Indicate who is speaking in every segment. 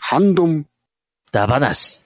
Speaker 1: 半ドン。
Speaker 2: ダバなし。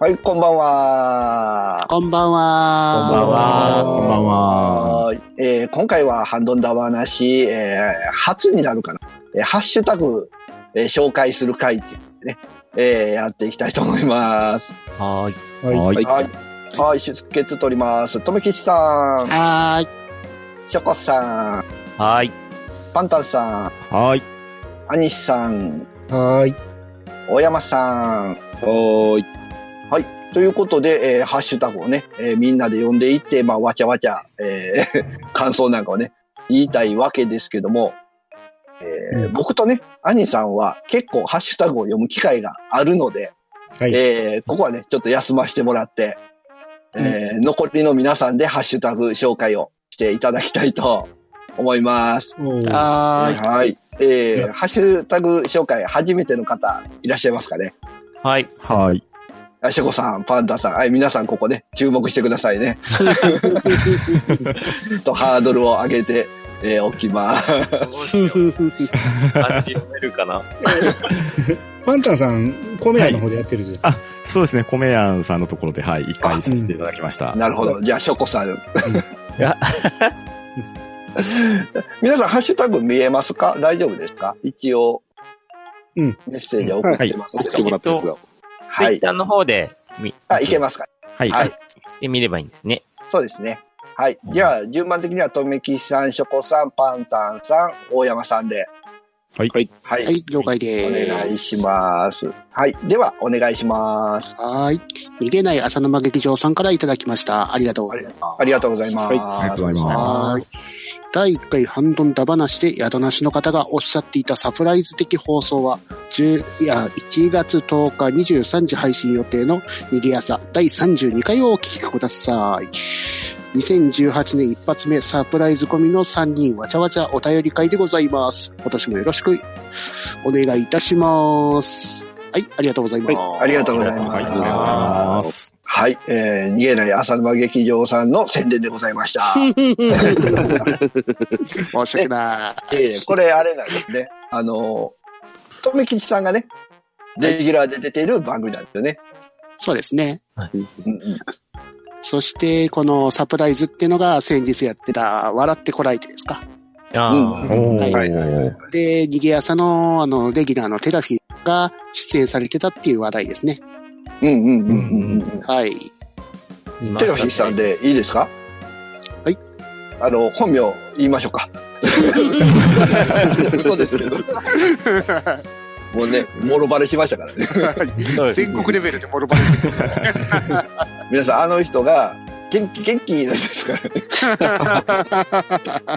Speaker 3: はい、こんばんは。
Speaker 1: こんばんは。
Speaker 2: こんばんは
Speaker 3: こ
Speaker 4: こんばんは。
Speaker 3: は。えー今回はハンドンダ話、えー初になるかな。えーハッシュタグ、えー紹介する会っていうね、えーやっていきたいと思います。
Speaker 2: はーい。
Speaker 4: はい。
Speaker 3: はい。はい、出血取ります。とめきちさん、
Speaker 1: はーい。
Speaker 3: しょこさん、
Speaker 2: はーい。
Speaker 3: パンタンさん、
Speaker 4: はい。
Speaker 3: アニシさん、
Speaker 5: はーい。
Speaker 3: 大山さん。
Speaker 4: はい。
Speaker 3: ということで、えーハッシュタグをね、えーみんなで呼んでいって、まあ、わちゃわちゃ、えー 感想なんかをね、言いたいわけですけども、えー
Speaker 5: うん
Speaker 3: 僕とね、兄さんは結構ハッシュタグを読む機会があるので、
Speaker 5: はい
Speaker 3: えーここはね、ちょっと休ませてもらって、えー残りの皆さんでハッシュタグ紹介をしていただきたいと思います。
Speaker 1: は
Speaker 3: はい。えーハッシュタグ紹介初めての方いらっしゃいますかね
Speaker 2: はい。
Speaker 4: はい。
Speaker 3: あショコさん、パンダさん、はい、皆さんここね、注目してくださいね。ちょっとハードルを上げて、えーおきます。
Speaker 2: 漢字読めるかな
Speaker 5: パンタンさん、コメヤの方でやってるじゃん。
Speaker 4: そうですね、コメヤンさんのところで、はい、一回させていただきました。
Speaker 3: なるほど。じゃあ、ショコさん。
Speaker 2: や
Speaker 3: 皆さん、ハッシュタグ見えますか大丈夫ですか一応、
Speaker 5: うん
Speaker 3: メッセージを送ってます。
Speaker 2: はい送ってもらってます
Speaker 3: よ。
Speaker 2: ツイ
Speaker 3: は
Speaker 2: ッ
Speaker 3: い。
Speaker 2: ターの方で見、
Speaker 3: あ、いけますか
Speaker 4: はい。
Speaker 3: はい。
Speaker 2: てみればいいんですね。
Speaker 3: そうですね。はい。じゃあ、順番的には、とめきさん、ショコさん、パンタンさん、大山さんで。
Speaker 4: はい
Speaker 3: はい
Speaker 1: い。はい、了解
Speaker 3: お
Speaker 1: です。
Speaker 3: 願いします。はい。では、お願いします。
Speaker 1: はい。逃げない浅沼劇場さんからいただきました。ありがとうございます。
Speaker 3: ありがとうございます。
Speaker 4: はいありがとうございま
Speaker 1: はい。第1回ハンドンダ話で宿なしの方がおっしゃっていたサプライズ的放送は、10いや1月10日23時配信予定の逃げ朝第32回をお聞きください。2018年一発目サプライズ込みの3人わちゃわちゃお便り会でございます。今年もよろしくお願いいたします。はい、ありがとうございます。
Speaker 3: はいありがとうござい
Speaker 4: はい、ありがとうござい
Speaker 3: ま
Speaker 4: ます。
Speaker 3: はい。えー逃げない浅沼劇場さんの宣伝でございました。
Speaker 1: 申し訳ない。
Speaker 3: えーこれ、あれなんですね。あのー、とめきちさんがね、レギュラーで出ている番組なんですよね。
Speaker 1: そうですね。
Speaker 3: うんうん
Speaker 1: そして、このサプライズっていうのが先日やってた、笑ってこられてですか。
Speaker 2: あ
Speaker 4: お
Speaker 1: はい
Speaker 4: ー。
Speaker 1: で、逃げ朝の、あの、レギュラーのテラフィが出演されてたっていう話題ですね。
Speaker 3: うんうんうんうんうん。
Speaker 1: はい。
Speaker 2: あ、
Speaker 3: テロフィーさんでいいですか
Speaker 1: はい。
Speaker 3: あの、本名言いましょ うか。嘘ですけど。もうね、もろバレしましたからね。
Speaker 2: そうです
Speaker 1: 全国レベルでモロバレです。
Speaker 3: 皆さん、あの人が、元気、元気なんですからね。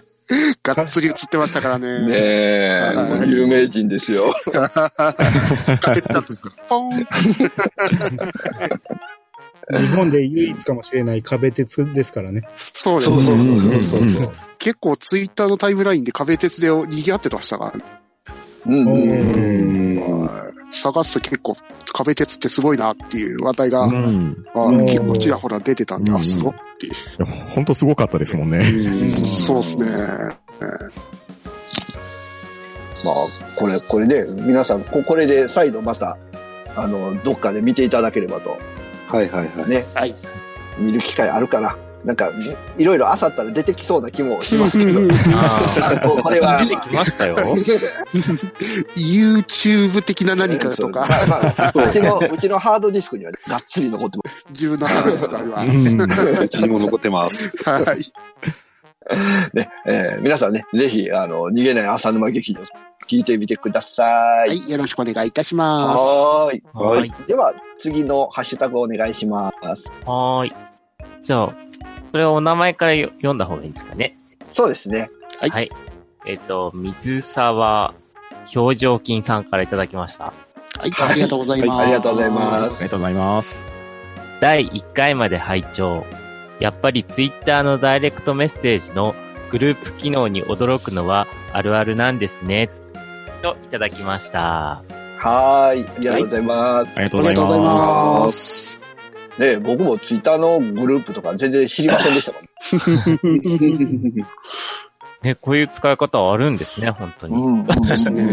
Speaker 1: がっつり映ってましたからね。
Speaker 3: ねえ
Speaker 1: は、い
Speaker 3: 有名人ですよ。
Speaker 1: かけてたんですかポーン
Speaker 5: 日本で唯一かもしれない壁鉄ですからね。
Speaker 1: そうです
Speaker 3: そうそう
Speaker 1: ね。
Speaker 3: そうそうそう。
Speaker 1: 結構ツイッターのタイムラインで壁鉄で賑わってましたからね。
Speaker 3: うんうんうん。
Speaker 4: うん。
Speaker 1: はい探すと結構壁鉄ってすごいなっていう話題が、はい
Speaker 4: うん。
Speaker 1: 結構ちらほら出てたんで、
Speaker 4: うん
Speaker 1: あ、すごっていう。
Speaker 4: 本当すごかったですもんね。
Speaker 1: そうですね。
Speaker 3: まあ、これ、これで、皆さん、ここれで再度また、あの、どっかで見ていただければと。はいはいはい。ね。
Speaker 1: はい。
Speaker 3: 見る機会あるかな。なんか、いろいろあさったら出てきそうな気もしますけど。
Speaker 2: あ
Speaker 3: あここれは
Speaker 2: あ、、出てきましたよ。
Speaker 1: YouTube 的な何かとか、
Speaker 3: まあまあ、うちの、うちのハードディスクにはね、がっつり残ってま
Speaker 1: 自分の話ですか、あれは。
Speaker 6: うちにも残ってます。
Speaker 1: はい。
Speaker 3: すね。えー皆さんね、ぜひ、あの、逃げない浅沼劇場、聞いてみてくださ。
Speaker 1: はいい、よろしくお願いいたします。
Speaker 3: はーい。
Speaker 2: はーい。
Speaker 3: では、次のハッシュタグお願いします。
Speaker 2: はーい。じゃあ、それをお名前からよ読んだ方がいいんですかね。
Speaker 3: そうですね。
Speaker 1: はい
Speaker 2: はい。えっと、水沢表情筋さんからいただきました。
Speaker 1: はい、ありがとうございます。
Speaker 3: はいありがとうござい
Speaker 4: あ
Speaker 3: ま
Speaker 4: りがとうございます。
Speaker 2: 第1回まで拝聴。やっぱりツイッターのダイレクトメッセージのグループ機能に驚くのはあるあるなんですね。といただきました。
Speaker 3: はーい。ありがとうございます。
Speaker 4: ありがと
Speaker 1: あ
Speaker 4: う
Speaker 1: り
Speaker 4: ござ
Speaker 1: が
Speaker 4: い
Speaker 1: とうござい
Speaker 4: ます。
Speaker 1: ます。
Speaker 3: ねえ僕もツイッターのグループとか全然知りませんでしたから。
Speaker 2: ね、こういう使い方あるんですね、本当に。
Speaker 3: ん。
Speaker 1: ですね。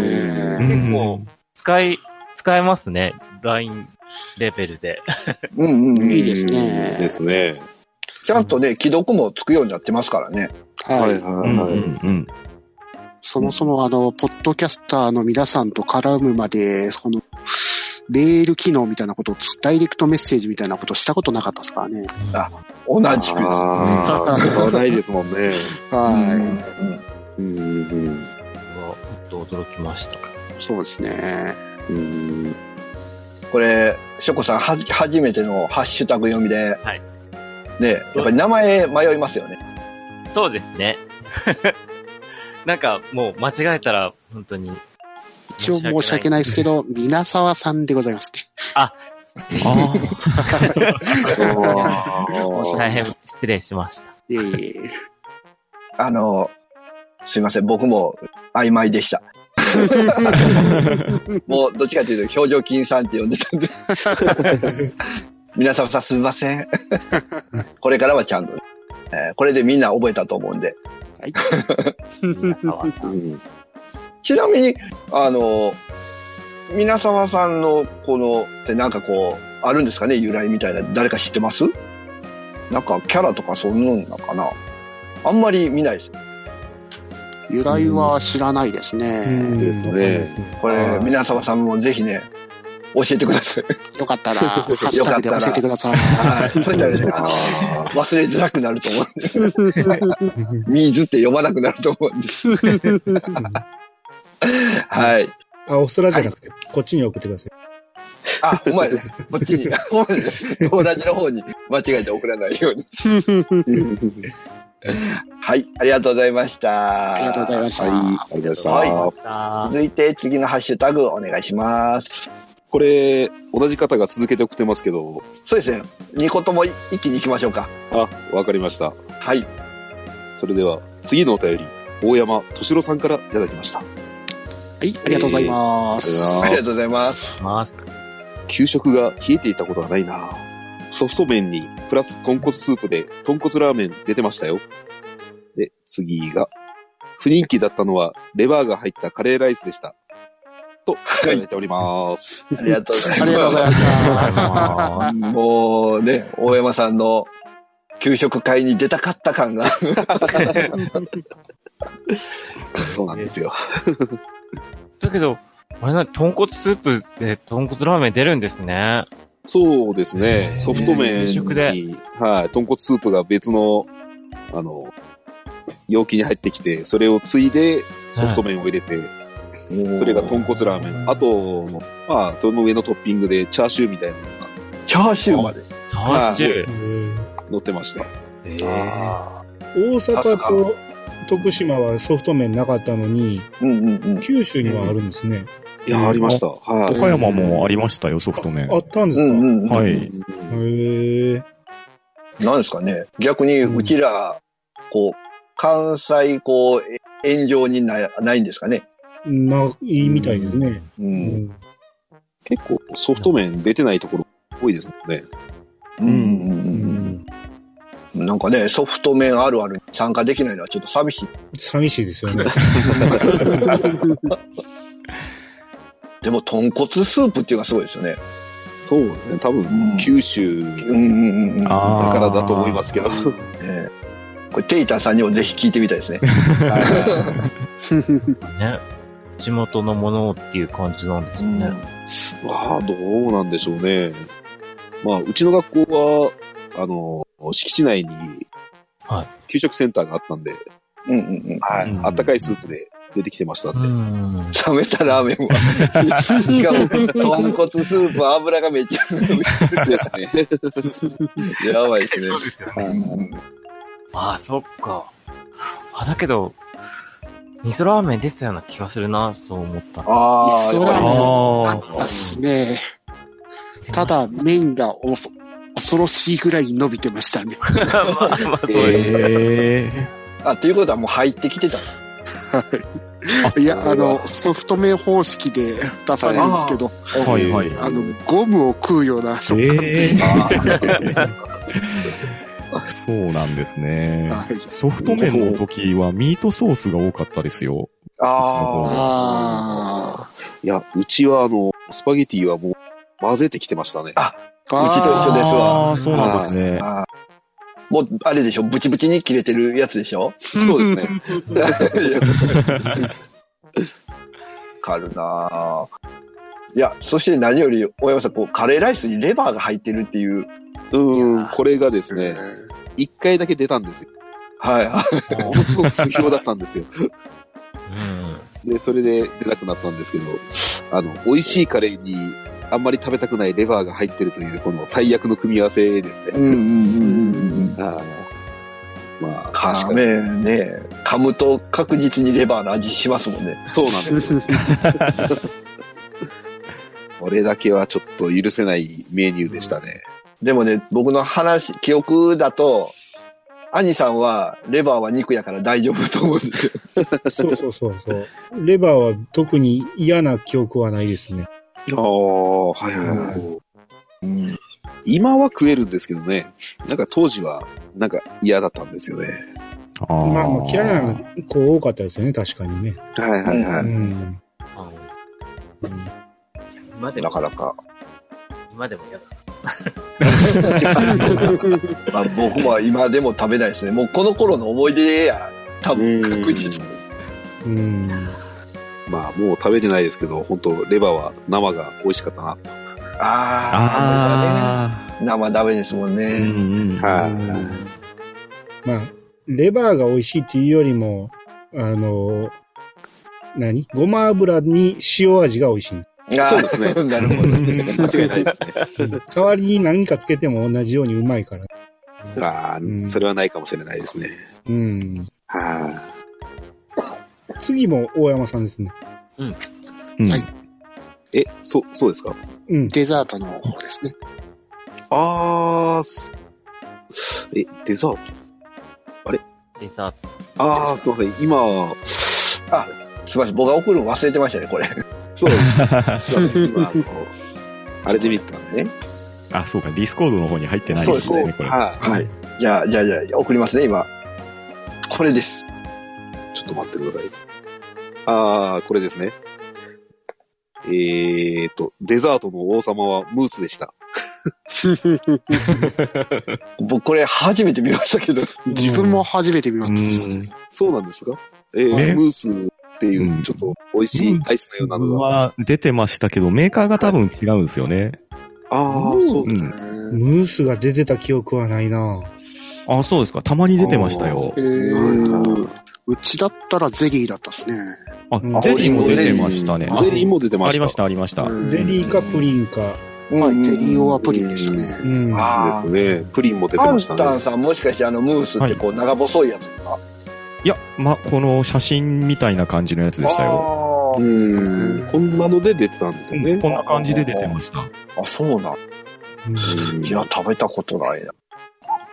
Speaker 2: 結構使い、使えますね。LINE レベルで。
Speaker 3: うんうんうん。
Speaker 1: いいですね
Speaker 6: うんですね。
Speaker 3: ちゃんとね、既読もつくようになってますからね。
Speaker 1: は
Speaker 6: はい
Speaker 1: い。
Speaker 4: う
Speaker 6: はい
Speaker 4: んう
Speaker 6: はい。
Speaker 4: んうん
Speaker 1: そもそも、あの、ポッドキャスターの皆さんと絡むまで、この、メール機能みたいなことを、ダイレクトメッセージみたいなことしたことなかったですからね。
Speaker 3: 同じく。
Speaker 6: ああ、使わないですもんね。
Speaker 1: は
Speaker 6: うんうん
Speaker 2: ちょっと驚きました。
Speaker 1: い。そうですね。
Speaker 6: うん
Speaker 3: これ、ショコさん、は、初めてのハッシュタグ読みで。
Speaker 2: はい。
Speaker 3: ねえやっぱり名前迷いますよね。
Speaker 2: そうですね。 なんかもう間違えたら本当に。
Speaker 1: 一応申し訳ないですけど、皆沢さんでござい ますね。
Speaker 4: あ
Speaker 6: あ
Speaker 1: そ
Speaker 6: ー
Speaker 1: う
Speaker 2: 大変失礼しま した。
Speaker 1: いえいえ。
Speaker 3: あの、すいません、僕も曖昧でした。もう、どっちかというと、表情筋さんって呼んで たんで。皆様さんすみません。これからはちゃんと、えーこれでみんな覚えたと思うんで。
Speaker 2: 皆様
Speaker 6: うん
Speaker 3: ちなみに、あの、皆沢さんのこの、ってなんかこう、あるんですかね由来みたいな、誰か知ってますなんかキャラとかそんなんなのかなあんまり見ないです。
Speaker 1: 由来は知らないですね。
Speaker 6: ですね
Speaker 5: わかんないですね
Speaker 3: これ
Speaker 1: は、い
Speaker 3: 皆沢さんもぜひね、教えてください。
Speaker 1: よかったら、ハッシュタグで教えてください。
Speaker 3: はい。 そうしたらね、あの
Speaker 6: あ
Speaker 3: 忘れづらくなると思うん です。ミーズって読まなくなると思うんです。はい。
Speaker 5: あ、お空じゃなくて、こっちに送ってください。
Speaker 3: あ、お前、こっちに、 お前、同じの方に間違えて送らないように。はい。ありがとうございました。
Speaker 1: ありがとうございまし
Speaker 6: ーはい
Speaker 1: た。、
Speaker 6: ありがとうございま
Speaker 2: あ
Speaker 6: した。
Speaker 2: あ
Speaker 3: 続いて、次のハッシュタグお願いします。
Speaker 6: これ、同じ方が続けて送ってますけど、
Speaker 3: そうですね。2個とも一気に行きましょうか。
Speaker 6: あ、わかりました。
Speaker 3: はい。
Speaker 6: それでは、次のお便り、大山敏郎さんからいただきました。
Speaker 1: はい、ありがとうございます。
Speaker 3: ありがとうございます。
Speaker 2: ります。
Speaker 6: 給食が冷えていたことはないなソフト麺にプラス豚骨スープで豚骨ラーメン出てましたよ。で、次が、不人気だったのはレバーが入ったカレーライスでした。と、いただいております。
Speaker 3: ありがとうござい
Speaker 1: あ
Speaker 3: ます。
Speaker 1: りがとうございました。
Speaker 2: あ
Speaker 3: もうね、大山さんの給食会に出たかった感が。
Speaker 6: そうなんですよ。
Speaker 2: だけど、あれな、豚骨スープで豚骨ラーメン出るんですね。
Speaker 6: そうですね。ソフト麺
Speaker 2: 給
Speaker 6: に、
Speaker 2: 食で
Speaker 6: はい、豚骨スープが別の、あの、容器に入ってきて、それを継いでソフト麺を入れて、そ
Speaker 3: そ
Speaker 6: れが豚骨ラーメン。あと、まあ、その上のトッピングでチャーシューみたいなのが
Speaker 3: チャーシューまで。
Speaker 2: チャーシュー。
Speaker 6: 乗ってました。
Speaker 2: え
Speaker 5: 大阪と徳島はソフト麺なかったのに、
Speaker 3: うんうんうん。
Speaker 5: 九州にはあるんですね。
Speaker 6: いや、ありました。は。
Speaker 4: 岡山もありましたよ、ソフト麺
Speaker 5: あ。ったんで
Speaker 3: う
Speaker 5: すか
Speaker 3: んうんうん。
Speaker 4: はいい。
Speaker 5: へえ。
Speaker 3: なんですかね。逆に、
Speaker 5: うん
Speaker 3: うちら、こう、関西、こう、え炎上になないんですかね。
Speaker 5: ないみたいですね。
Speaker 3: う。
Speaker 5: うんん
Speaker 6: 結構ソフト麺出てないところ多いですもんね。
Speaker 3: うんうんうん。なんかね、ソフト麺あるあるに参加できないのはちょっと寂しい。
Speaker 5: 寂しいですよね。
Speaker 3: でも、豚骨スープっていうのがすごいですよね。
Speaker 6: そうですね。多
Speaker 3: うん
Speaker 6: 分、九州
Speaker 3: うん
Speaker 6: だ
Speaker 3: うんうんうん。
Speaker 4: あー
Speaker 6: からだと思いますけど。
Speaker 3: ええこれ、テイタンさんにもぜひ聞いてみたいですね。
Speaker 2: ね。地元のものをっていう感じなんですね。
Speaker 6: ああ、どうなんでしょうね。まあ、うちの学校は、あの、敷地内に
Speaker 2: はい、
Speaker 6: 給食センターがあったんで、
Speaker 3: うんうんうん。
Speaker 6: はい
Speaker 4: うん
Speaker 6: あったかいスープで出てきてましたん
Speaker 2: う
Speaker 6: で。
Speaker 2: ん。
Speaker 3: 冷めたラーメンは。しかも、豚骨スープは油がめっちゃ
Speaker 6: ですね。やばいですね。
Speaker 3: うん
Speaker 2: ああ、そっか。あ、だけど、味噌ラーメン出てたような気がするな、そう思った。
Speaker 3: ああ、
Speaker 1: 味噌ラーメンあ
Speaker 2: あ
Speaker 1: ったっすね。ただ、メインがお恐ろしいぐらい伸びてましたね。
Speaker 2: まあ まあそうですね。
Speaker 4: え
Speaker 3: あ、っていうことはもう入ってきてた。
Speaker 1: いや、あの、ソフト麺方式で出されるんですけど、
Speaker 4: ー、はいはい。
Speaker 1: あの、ゴムを食うような食感で、
Speaker 4: え
Speaker 3: あー
Speaker 4: ー、そうなんですね。
Speaker 1: はい
Speaker 4: ソフト麺の時はミートソースが多かったですよ。
Speaker 3: あ
Speaker 1: あ
Speaker 6: いや、うちはあの、スパゲティはもう混ぜてきてましたね。
Speaker 3: あ
Speaker 1: ー
Speaker 3: うちと一緒ですわ
Speaker 4: あーそうなんですね
Speaker 3: ー。あー。もう、あれでしょ、ブチブチに切れてるやつでしょ
Speaker 6: そうですね。
Speaker 3: いやわかるなぁいや、そして何より、大山さん、こう、カレーライスにレバーが入ってるっていう。
Speaker 6: うん、これがですね、
Speaker 1: うん
Speaker 6: 一回だけ出たんですよ。
Speaker 3: はいはい。
Speaker 6: ものすごく不評だったんですよ。
Speaker 2: うん
Speaker 6: で、それで出なくなったんですけど、あの、美味しいカレーにあんまり食べたくないレバーが入ってるという、この最悪の組み合わせですね。
Speaker 3: うんうんうんうんうん。
Speaker 6: あのまあ、
Speaker 3: カ
Speaker 6: 確かに。
Speaker 3: メね、噛むと確実にレバーの味しますもんね。
Speaker 6: そうなんですよ。これだけはちょっと許せないメニューでしたね。
Speaker 3: でもね、僕の話、記憶だと、兄さんは、レバーは肉やから大丈夫と思うん ですよ。
Speaker 5: そうそうそうそう。レバーは特に嫌な記憶はないですね。
Speaker 6: ああ、はいはいは
Speaker 3: う
Speaker 6: い。
Speaker 3: ん、
Speaker 6: 今は食えるんですけどね、なんか当時は、なんか嫌だったんですよね。
Speaker 4: あー
Speaker 5: まあまあ嫌いな子多かったですよね、確かにね。
Speaker 6: はいはいは
Speaker 5: う
Speaker 6: い。
Speaker 5: ん。うん
Speaker 2: 今で
Speaker 6: な
Speaker 2: も、
Speaker 6: かなか。
Speaker 2: 今でも嫌だ。
Speaker 3: まあ僕は今でも食べないですね。もうこの頃の思い出や、多分確実に。
Speaker 5: うん。
Speaker 6: まあもう食べてないですけど、本当レバーは生が美味しかったな。
Speaker 3: ああ、
Speaker 4: あ
Speaker 3: 生ダメですもんね。
Speaker 4: ー、うんうん。
Speaker 6: は
Speaker 5: まあ、レバーが美味しいっていうよりも、あの、何ごま油に塩味が美味しい。
Speaker 3: あー
Speaker 6: そうで すね
Speaker 3: なるほど。
Speaker 6: い。間違いないですね。
Speaker 5: 代わりに何かつけても同じようにうまいから。
Speaker 6: あ
Speaker 5: うん
Speaker 6: あ、それはないかもしれないですね。
Speaker 5: うん。
Speaker 6: は
Speaker 5: 次も大山さんですね。
Speaker 4: うん
Speaker 1: はい
Speaker 6: い。え、そ、そうですか
Speaker 5: うん。
Speaker 1: デザートの方ですね。
Speaker 6: あーす、え、デザート
Speaker 2: デザート。
Speaker 6: ああ、すいません。今、
Speaker 3: すみません、僕が送るの忘れてましたね、これ。
Speaker 6: そうです。すいません今、あの、あれで見てたんでね。
Speaker 4: あ、そうか、ディスコードの方に入ってないですね、これ。
Speaker 6: はい。はい。
Speaker 3: じゃあ、じゃあ、じゃあ、送りますね、今。これです。
Speaker 6: ちょっと待ってください。ああ、これですね。えーと、デザートの王様はムースでした。
Speaker 3: 僕、これ初めて見ました けど。
Speaker 1: 自分も初めて見ました。
Speaker 4: うん
Speaker 6: そうなんですかえ
Speaker 4: え
Speaker 6: ー、ムースっていうう、
Speaker 4: ん
Speaker 6: ちょっと美味しいアイスのようなのが。
Speaker 4: は出てましたけど、メーカーが多分違うんですよね。
Speaker 6: ああ、そう
Speaker 4: う。ん。
Speaker 1: うん
Speaker 5: ムースが出てた記憶はないな
Speaker 4: あ、そうですか。たまに出てましたよ
Speaker 1: え。ー、うちだったらゼリーだったっすね。
Speaker 4: あ
Speaker 5: うん、
Speaker 4: ゼリーも出てましたね。
Speaker 6: ゼリーも出て
Speaker 4: あ
Speaker 6: ま
Speaker 4: あ
Speaker 6: し
Speaker 4: り
Speaker 6: た。
Speaker 4: ました、ありました。
Speaker 1: うん
Speaker 5: ゼリーかプリンか。
Speaker 1: まあ、ゼリーオアプリンでしたね。
Speaker 5: うん。
Speaker 3: あ
Speaker 6: いいですね。プリンも出て
Speaker 3: パン
Speaker 6: ました
Speaker 3: タン
Speaker 6: ね。
Speaker 3: さん、もしかしてあの、ムースってこう、長細いやつですか
Speaker 4: いや、ま、この写真みたいな感じのやつでしたよ。
Speaker 3: よ。
Speaker 1: うん。
Speaker 6: こんなので出てたんですよね。
Speaker 4: こんな感じで出てました。
Speaker 3: あーあ、そうなん。
Speaker 5: うん
Speaker 3: いや、食べたことないな。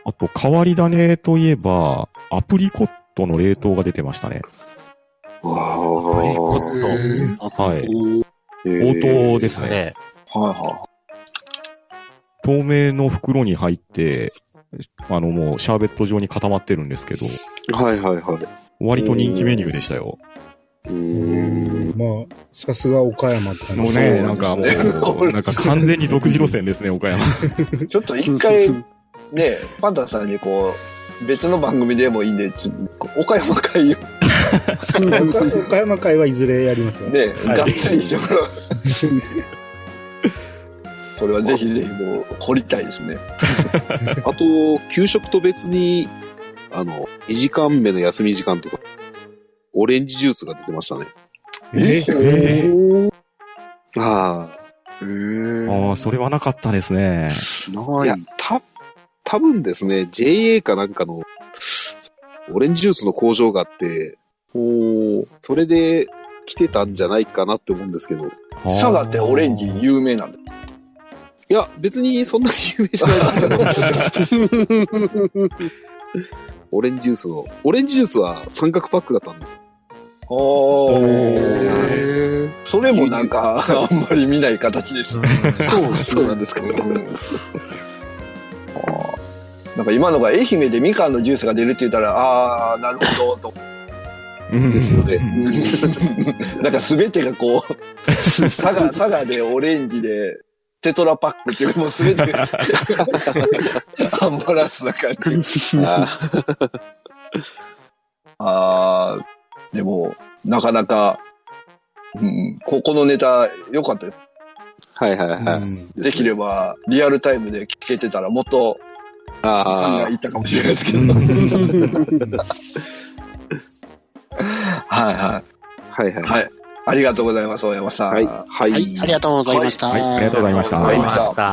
Speaker 4: あと、変わり種といえば、アプリコットの冷凍が出てましたね。
Speaker 6: わ
Speaker 2: アプリコ
Speaker 6: ー
Speaker 2: ット。
Speaker 4: はい。
Speaker 6: え
Speaker 4: 応
Speaker 6: ー
Speaker 4: 答ですね。
Speaker 2: で、
Speaker 3: はいは
Speaker 4: 透明の袋に入って、あの、もう、シャーベット状に固まってるんですけど、
Speaker 6: はいはいはい。
Speaker 4: 割と人気メニューでしたよ。
Speaker 6: うーん。
Speaker 5: まあ、さすが岡山って感じ
Speaker 4: もうね、なんかもう、なんか完全に独自路線ですね、岡山。
Speaker 3: い。ちょっと一回、ね、パンタンさんにこう、別の番組でもいいんで、ちょ岡山会を
Speaker 5: 岡岡山会はいずれやりますよ。
Speaker 3: ね、
Speaker 4: い
Speaker 3: がっつりしてもらう。これはぜひぜひもう、凝りたいですね。
Speaker 6: あと、給食と別に、あの、2時間目の休み時間とか、オレンジジュースが出てましたね。
Speaker 5: え
Speaker 4: え
Speaker 6: あ
Speaker 1: え
Speaker 4: ー、あ
Speaker 1: ー
Speaker 4: あ、それはなかったですね。
Speaker 6: あ。
Speaker 1: ないい
Speaker 6: や、た、多分ですね、JA かなんかの、オレンジジュースの工場があって、
Speaker 3: お
Speaker 6: それで来てたんじゃないかなって思うんですけど。い
Speaker 3: 佐賀ってオレンジ有名なんだ
Speaker 6: や、別にそんなに有名じゃないと思うんですよ オレンジジュースの、オレンジジュースは三角パックだったんです。
Speaker 3: お
Speaker 1: へ
Speaker 3: ー
Speaker 1: ー
Speaker 3: それもなんかあんまり見ない形ですね
Speaker 1: そうです
Speaker 6: そうなん
Speaker 1: ね。
Speaker 6: ですけど。
Speaker 3: あーなんか今のが愛媛でみかんのジュースが出るって言ったらああなるほどと
Speaker 4: うん
Speaker 6: ですよね。
Speaker 3: なんか全てがこう佐賀佐賀でオレンジでテトラパックっていうかもう全てがアンバランスな感じ
Speaker 6: あ
Speaker 3: ああ、でも、なかなか、うん、ここのネタ良かったです。
Speaker 6: ーはいはいは
Speaker 5: う
Speaker 6: い。
Speaker 5: ん
Speaker 3: できれば、リアルタイムで聞けてたらもっと感
Speaker 6: あ
Speaker 3: が
Speaker 6: あ
Speaker 3: いったかもしれない ですけど。
Speaker 4: う
Speaker 3: はい
Speaker 5: うん
Speaker 3: は
Speaker 6: はいはい
Speaker 3: い。。はい。ありがとうございます、大山さん。
Speaker 6: はい。
Speaker 3: は
Speaker 6: はい。
Speaker 1: はい、ありがとうございました。
Speaker 4: はい、ありがとうございました。
Speaker 2: あ
Speaker 3: は
Speaker 2: り
Speaker 3: い
Speaker 2: ました。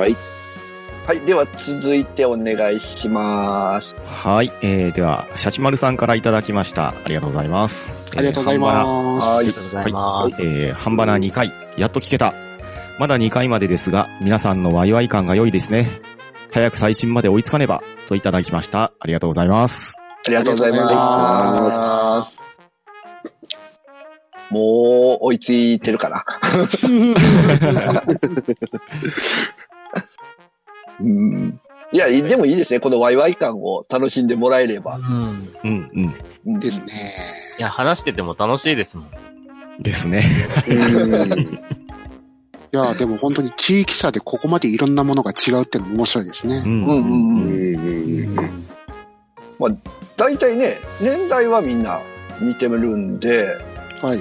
Speaker 6: はい。
Speaker 3: い。では、続いてお願いします。
Speaker 4: はい、えー、では、シャチマルさんからいただきました。ありがとうございます。
Speaker 1: ありがとうございます。
Speaker 3: は
Speaker 2: あ
Speaker 3: い
Speaker 2: りがとうございま
Speaker 4: はい
Speaker 2: す。
Speaker 4: えー、半ばな2回、やっと聞けた。まだ2回までですが、皆さんのワイワイ感が良いですね。早く最新まで追いつかねば、といただきました。ありがとうございます。
Speaker 3: ありがとうござい
Speaker 1: ありがとうござい
Speaker 3: ま。
Speaker 1: ます
Speaker 3: もう、追いついてるかな。うんいや、いでもいいですね。このワイワイ感を楽しんでもらえれば。
Speaker 2: うん。
Speaker 4: うん、うん。
Speaker 3: う ん
Speaker 1: ですね。
Speaker 2: いや、話してても楽しいですもん。
Speaker 4: ですね。
Speaker 3: うん
Speaker 1: いや、でも本当に地域差でここまでいろんなものが違うってのも面白いですね。
Speaker 4: ん
Speaker 3: うんうんうん
Speaker 6: うん
Speaker 3: 大体ね、年代はみんな似てるんで、
Speaker 1: はい。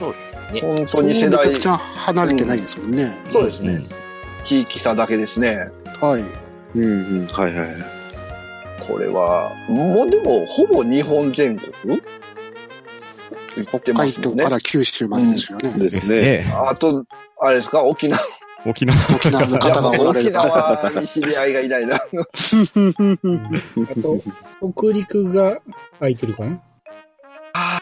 Speaker 3: 本当に世
Speaker 1: そんなめち
Speaker 3: 代
Speaker 1: ゃ、くちゃ離れてないですもんね。
Speaker 3: そうです
Speaker 4: う
Speaker 3: ね。
Speaker 4: ん
Speaker 3: 地域差だけですね。
Speaker 1: はい。
Speaker 6: うんうん。はいはい。
Speaker 3: これは、もうでも、ほぼ日本全国行って
Speaker 1: 北
Speaker 3: ま
Speaker 1: 海
Speaker 3: すよ
Speaker 1: 道
Speaker 3: ね
Speaker 1: か。ら九州までですよね。
Speaker 6: ですね。
Speaker 4: ね。
Speaker 3: あと、あれですか、沖縄。
Speaker 4: 沖縄。
Speaker 1: 沖縄の
Speaker 3: いや
Speaker 1: 方がおられ
Speaker 3: 沖
Speaker 1: るから。
Speaker 3: 縄に知り合いがいないな。
Speaker 5: あと、北陸が空いてるかな
Speaker 4: あ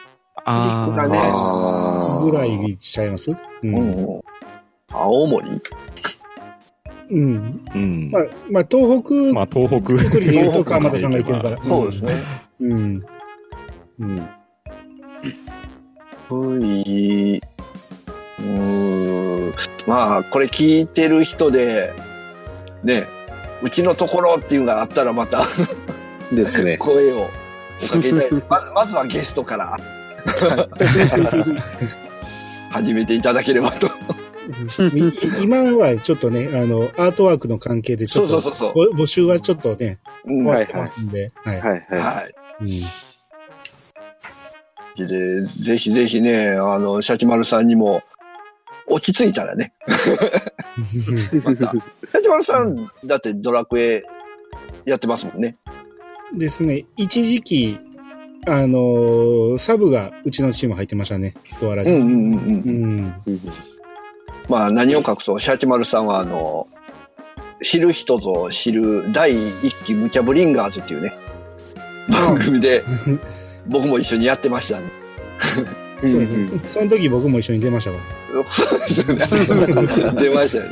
Speaker 3: だね
Speaker 4: ー
Speaker 1: あー
Speaker 5: ぐらいにしちゃいますう。
Speaker 3: うんん青森
Speaker 5: うん。
Speaker 4: うん。
Speaker 5: まあ、まあ、東北
Speaker 4: まあ、東北。
Speaker 5: くくりで言うと川又さんがいてるから。
Speaker 3: そうですね。
Speaker 5: うん。うん。
Speaker 3: 福井、うーん、まあ、これ聞いてる人で、ね、うちのところっていうのがあったらまた
Speaker 6: ですね。
Speaker 3: 声をおかけしたい。 ままずはゲストから始めていただければと。
Speaker 5: み今はちょっとね、あの、アートワークの関係でち
Speaker 3: そ
Speaker 5: ょ
Speaker 3: う
Speaker 5: っ
Speaker 3: そう
Speaker 5: と、
Speaker 3: そうそう。
Speaker 5: ぼ募集はちょっとね、
Speaker 3: うん
Speaker 5: 終
Speaker 3: は
Speaker 5: わ
Speaker 3: い。
Speaker 5: ってますんで、はい。
Speaker 6: はいは
Speaker 3: はい
Speaker 5: うん
Speaker 3: で、ぜひぜひね、あの、シャチマルさんにも、落ち着いたらね、また。シャチマルさん、だってドラクエやってますもんね。
Speaker 5: ですね、一時期、あのーサブがうちのチーム入ってましたね、ドアラ
Speaker 3: う
Speaker 5: ジ。
Speaker 3: んうんうんうん
Speaker 5: う。ん。
Speaker 6: い。
Speaker 3: まあ何を隠そう、シャチマルさんはあの、知る人ぞ知る第一期無茶ブリンガーズっていうね、番組で僕も一緒にやってましたんで。
Speaker 6: う
Speaker 5: そ
Speaker 6: ん
Speaker 5: う
Speaker 6: う
Speaker 5: です
Speaker 6: ん
Speaker 5: ねそその時僕も一緒に出ましたから。
Speaker 3: そうですよね。出ましたよね。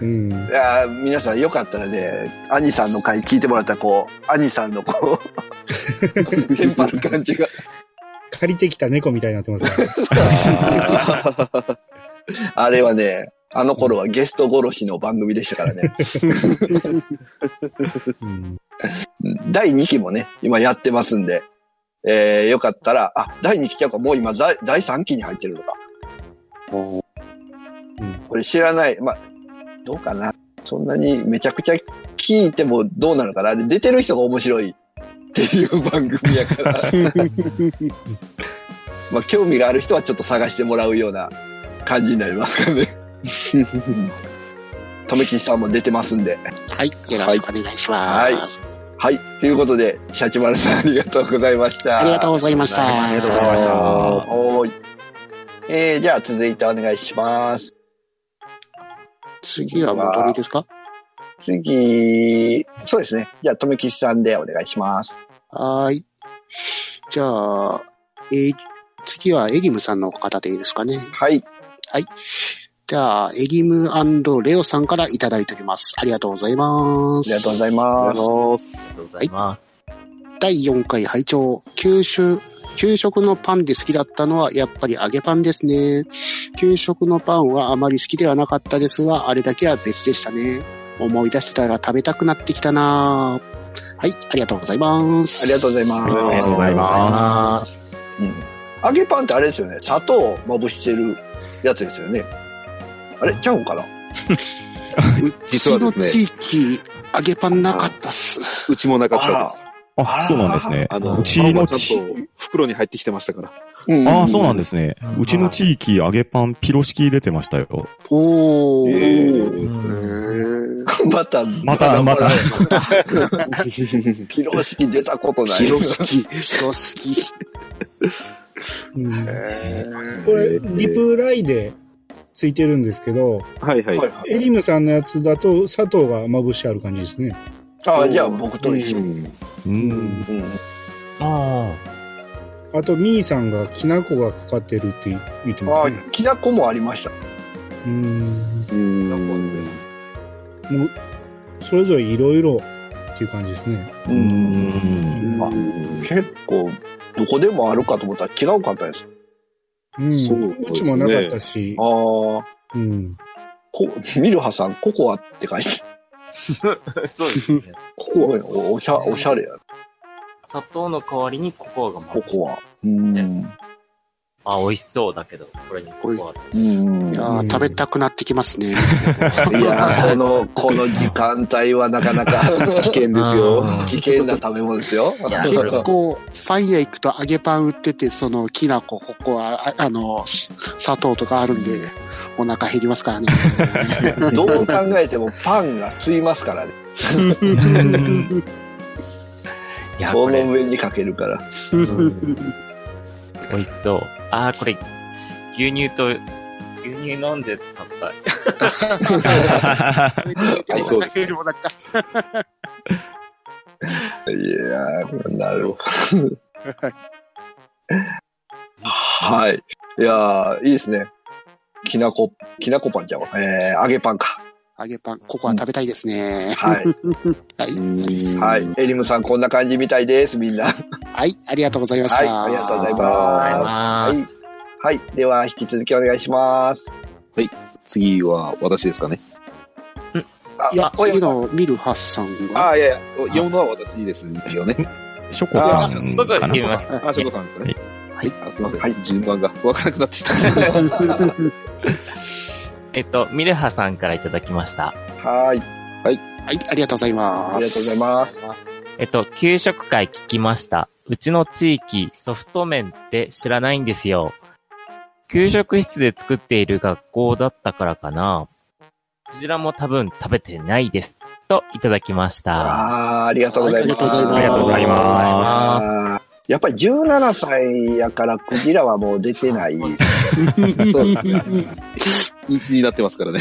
Speaker 5: う
Speaker 3: い
Speaker 5: ん。
Speaker 3: やー皆さんよかったらね、アニさんの回聞いてもらったらこう、アニさんのこう、テンパる感じが。
Speaker 5: 借りてきた猫みたいになってますから。
Speaker 3: あれはね、あの頃はゲスト殺しの番組でしたからね。
Speaker 5: うん。
Speaker 3: 第2期もね、今やってますんで、えー、よかったら、あ、第2期ちゃうか、もう今第、第3期に入ってるのか。これ知らない、まあ、どうかな。そんなにめちゃくちゃ聞いてもどうなのかな。で出てる人が面白いっていう番組やから、まあ、興味がある人はちょっと探してもらうような感じになりますからね。とめきちさんも出てますんで。
Speaker 1: はい。よろしくお願いしま
Speaker 3: はい
Speaker 1: す。
Speaker 3: はい。ということで、シャチマルさんありがとうございました。
Speaker 1: ありがとうございました。
Speaker 2: ありがとう
Speaker 4: ございました
Speaker 3: おーい。えー、じゃあ続いてお願いします。
Speaker 1: 次はもう鳥ですか
Speaker 3: 次、そうですね。じゃあ、とめきちさんでお願いします。
Speaker 1: はーい。じゃあ、えー次はエギムさんの方でいいですかね。
Speaker 3: はい。
Speaker 1: じゃあ、エギムレオさんからいただいております。ありがとうございま
Speaker 3: あり
Speaker 1: す。
Speaker 3: がとうござい
Speaker 6: あ
Speaker 3: ます。
Speaker 2: りが
Speaker 6: のー、
Speaker 2: とうございます。。
Speaker 1: 第4回拝聴給食給食のパンで好きだったのはやっぱり揚げパンですね給食のパンはあまり好きではなかったですがあれだけは別でしたね思い出してたら食べたくなってきたなはいありがとうございます
Speaker 3: ありがとうございます。
Speaker 4: ありがとうございます
Speaker 3: うん揚げパンってあれですよね。砂糖をまぶしてるやつですよね。あれちゃうんかな
Speaker 1: うち
Speaker 6: 実はで
Speaker 1: の
Speaker 6: すね
Speaker 1: 地域揚げパンなかったっす
Speaker 6: うちもなかったです。
Speaker 4: あ、そうなんですね。
Speaker 6: あの、
Speaker 4: うち
Speaker 6: パン
Speaker 4: の
Speaker 6: が
Speaker 4: 地
Speaker 6: ちゃんと袋に入ってきてましたから。
Speaker 3: うん
Speaker 4: ああ、そうなん
Speaker 3: で
Speaker 4: ですね。うちの地域、揚げパン、ピロシキ出てましたよ。
Speaker 1: おー、
Speaker 6: え
Speaker 1: へー
Speaker 3: す。また、
Speaker 4: またまた
Speaker 3: ピロシキ出たことない。
Speaker 6: 広しき。
Speaker 1: 広すぎ
Speaker 5: うん
Speaker 1: へー
Speaker 5: これ、リプライでついてるんですけど、
Speaker 6: はいはい。
Speaker 3: はい
Speaker 5: エリムさんのやつだと砂糖がまぶしてある感じですね。
Speaker 3: あじゃあ僕と一緒。
Speaker 6: うん
Speaker 4: うん。
Speaker 3: うん
Speaker 2: あ
Speaker 5: あと、ミーさんがきな粉がかかってるって言ってま
Speaker 3: あ
Speaker 5: すね。
Speaker 3: きなこもありました。
Speaker 5: うん。
Speaker 6: うん。
Speaker 5: もう、それぞれいろいろっていう感じですね。
Speaker 3: う
Speaker 4: うんん。
Speaker 3: あ結構、どこでもあるかと思ったら違うかったです。
Speaker 5: うん。
Speaker 6: そう
Speaker 5: う
Speaker 6: ですね
Speaker 5: ちもなかったし
Speaker 3: ああ、、こ
Speaker 5: うん。
Speaker 3: ミルハさん、ココアって書いて、
Speaker 2: あ。そうですね。
Speaker 3: ココアおおしゃ、おしゃれや、
Speaker 2: 砂糖の代わりにココアがま
Speaker 3: ココア。うん。
Speaker 2: あ、美味しそうだけど、これにココア。
Speaker 3: うん。
Speaker 1: い
Speaker 3: い
Speaker 1: や
Speaker 3: や、
Speaker 1: ー食べたくなってきます ね。
Speaker 3: この、この時間帯はなかなか
Speaker 6: 危険ですよ。
Speaker 2: あ
Speaker 3: 危険な食べ物ですよ。
Speaker 2: いや
Speaker 1: 結
Speaker 2: それは
Speaker 1: 構、パン屋行くと揚げパン売ってて、その、きな粉、ここは、ああの、砂糖とかあるんで、お腹減りますからね。
Speaker 3: どう考えてもパンが吸いますからね。
Speaker 2: いや、
Speaker 3: そ
Speaker 2: こ
Speaker 3: の
Speaker 2: れ、
Speaker 3: 上にかけるから。
Speaker 2: 美味しそう。ああ、これ、牛乳と、牛乳飲んで食べたい。
Speaker 6: いそう
Speaker 1: お
Speaker 6: で
Speaker 1: 腹減るお腹。
Speaker 3: いやー、なるほ ど。はい。いやー、いいですね。きなこ、きなこパンじゃん。えー、揚げパンか。
Speaker 1: 揚げパン、ここは食べたいですね。
Speaker 3: はい。
Speaker 1: はい。
Speaker 3: は。
Speaker 6: はい
Speaker 3: エリムさん、こんな感じみたいです、みんな。
Speaker 1: はい、ありがとうございました。
Speaker 3: はいありがとうござい
Speaker 2: あ
Speaker 3: ま
Speaker 2: あ
Speaker 3: は
Speaker 2: ー、
Speaker 3: い。はい。では、引き続きお願いします。
Speaker 6: 次は私ですかね。
Speaker 3: あ
Speaker 1: いや、
Speaker 3: お
Speaker 1: 次のミルハスさん
Speaker 6: あ
Speaker 1: が、
Speaker 6: あ、いやいや、読むのは私ですよね。
Speaker 4: ショコさん
Speaker 2: 僕は
Speaker 4: かな
Speaker 2: 言います。
Speaker 6: ああ、しょこさんですかね。
Speaker 1: はい。
Speaker 6: あすみません。はい。順番がわからなくなってきた。
Speaker 2: えっと、ミルハさんからいただきました。
Speaker 3: はい。
Speaker 1: はい、ありがとうござい
Speaker 3: あ
Speaker 1: ま
Speaker 3: りがとうござい
Speaker 1: す。
Speaker 3: ます。
Speaker 2: えっと、給食会聞きました。うちの地域、ソフト麺って知らないんですよ。給食室で作っている学校だったからかな。クジラも多分食べてないです。と、いただきました。
Speaker 3: あーありがとうございます。
Speaker 1: はいありがとうござい
Speaker 4: ます
Speaker 3: あー。やっぱり17歳やからクジラはもう出て ない。
Speaker 6: そうですね。禁止になってますからね。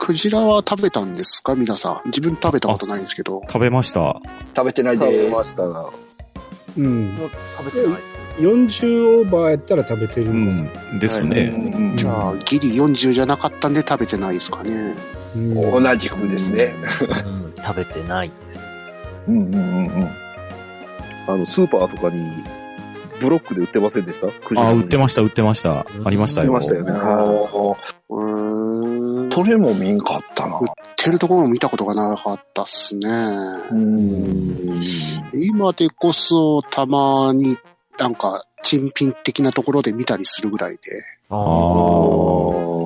Speaker 1: クジラは食べたんですか皆さん。自分食べたことないんですけど。
Speaker 4: 食べました。
Speaker 3: 食べてない
Speaker 6: 食べ
Speaker 3: で。
Speaker 6: ますしたが。
Speaker 5: うん。
Speaker 2: 食べてない。
Speaker 5: 40オーバーやったら食べてる
Speaker 4: う
Speaker 5: の。
Speaker 4: ん。です
Speaker 6: う
Speaker 4: ね。
Speaker 6: ん
Speaker 1: じゃあ、ギリ40じゃなかったんで食べてないですかね。
Speaker 5: うん
Speaker 3: 同じくですね。
Speaker 2: うん、食べてない。
Speaker 6: うんうんうんうん。あの、スーパーとかに、ブロックで売ってませんでしたクジラ
Speaker 4: あ、売ってました、売ってました
Speaker 2: う。ん
Speaker 4: ありましたよ。
Speaker 6: 売ってましたよね
Speaker 3: おー
Speaker 1: うーん。
Speaker 3: それも見んかったな。
Speaker 1: 売ってるところも見たことがなかったっすね。
Speaker 3: うん。
Speaker 1: 今でこそたまになんか珍品的なところで見たりするぐらいで。
Speaker 4: あ
Speaker 2: ー
Speaker 4: ー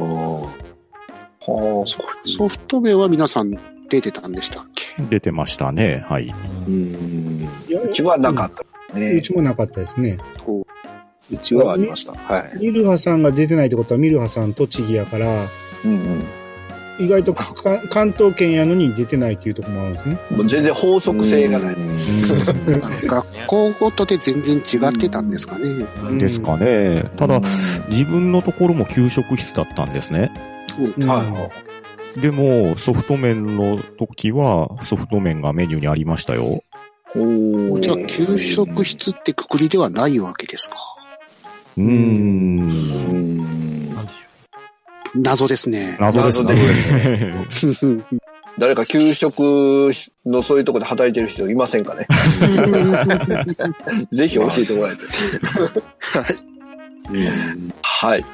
Speaker 3: はあ、そ
Speaker 1: ソフト面は皆さん出てたんでしたっけ
Speaker 4: 出てましたね。はい。
Speaker 6: うん。
Speaker 5: いや
Speaker 3: うちはなかった
Speaker 5: うんう
Speaker 3: ね。
Speaker 5: ちもなかったですね。
Speaker 1: こ
Speaker 6: うちはありました。はい。
Speaker 5: ミルハさんが出てないってことは、ミルハさん栃木やから、
Speaker 6: うん
Speaker 5: 意外とか関東圏やのに出てないっていうところもあるんですね。
Speaker 3: もう全然法則性がない。
Speaker 1: う学校ごとで全然違ってたんですかね。
Speaker 5: ん
Speaker 4: ですかね。ただ
Speaker 6: うん、
Speaker 4: 自分のところも給食室だったんですね。
Speaker 1: うん
Speaker 3: は
Speaker 4: でも、ソフト麺の時は、ソフト麺がメニューにありましたよ。
Speaker 3: い。お
Speaker 1: じゃあ、給食室ってくくりではないわけですか。
Speaker 4: うーん。
Speaker 1: 謎ですね。
Speaker 4: 謎です
Speaker 3: 謎で
Speaker 4: ね。
Speaker 3: 誰か給食のそういうところで働いてる人いません かねぜひ教えてもらいたい。はい。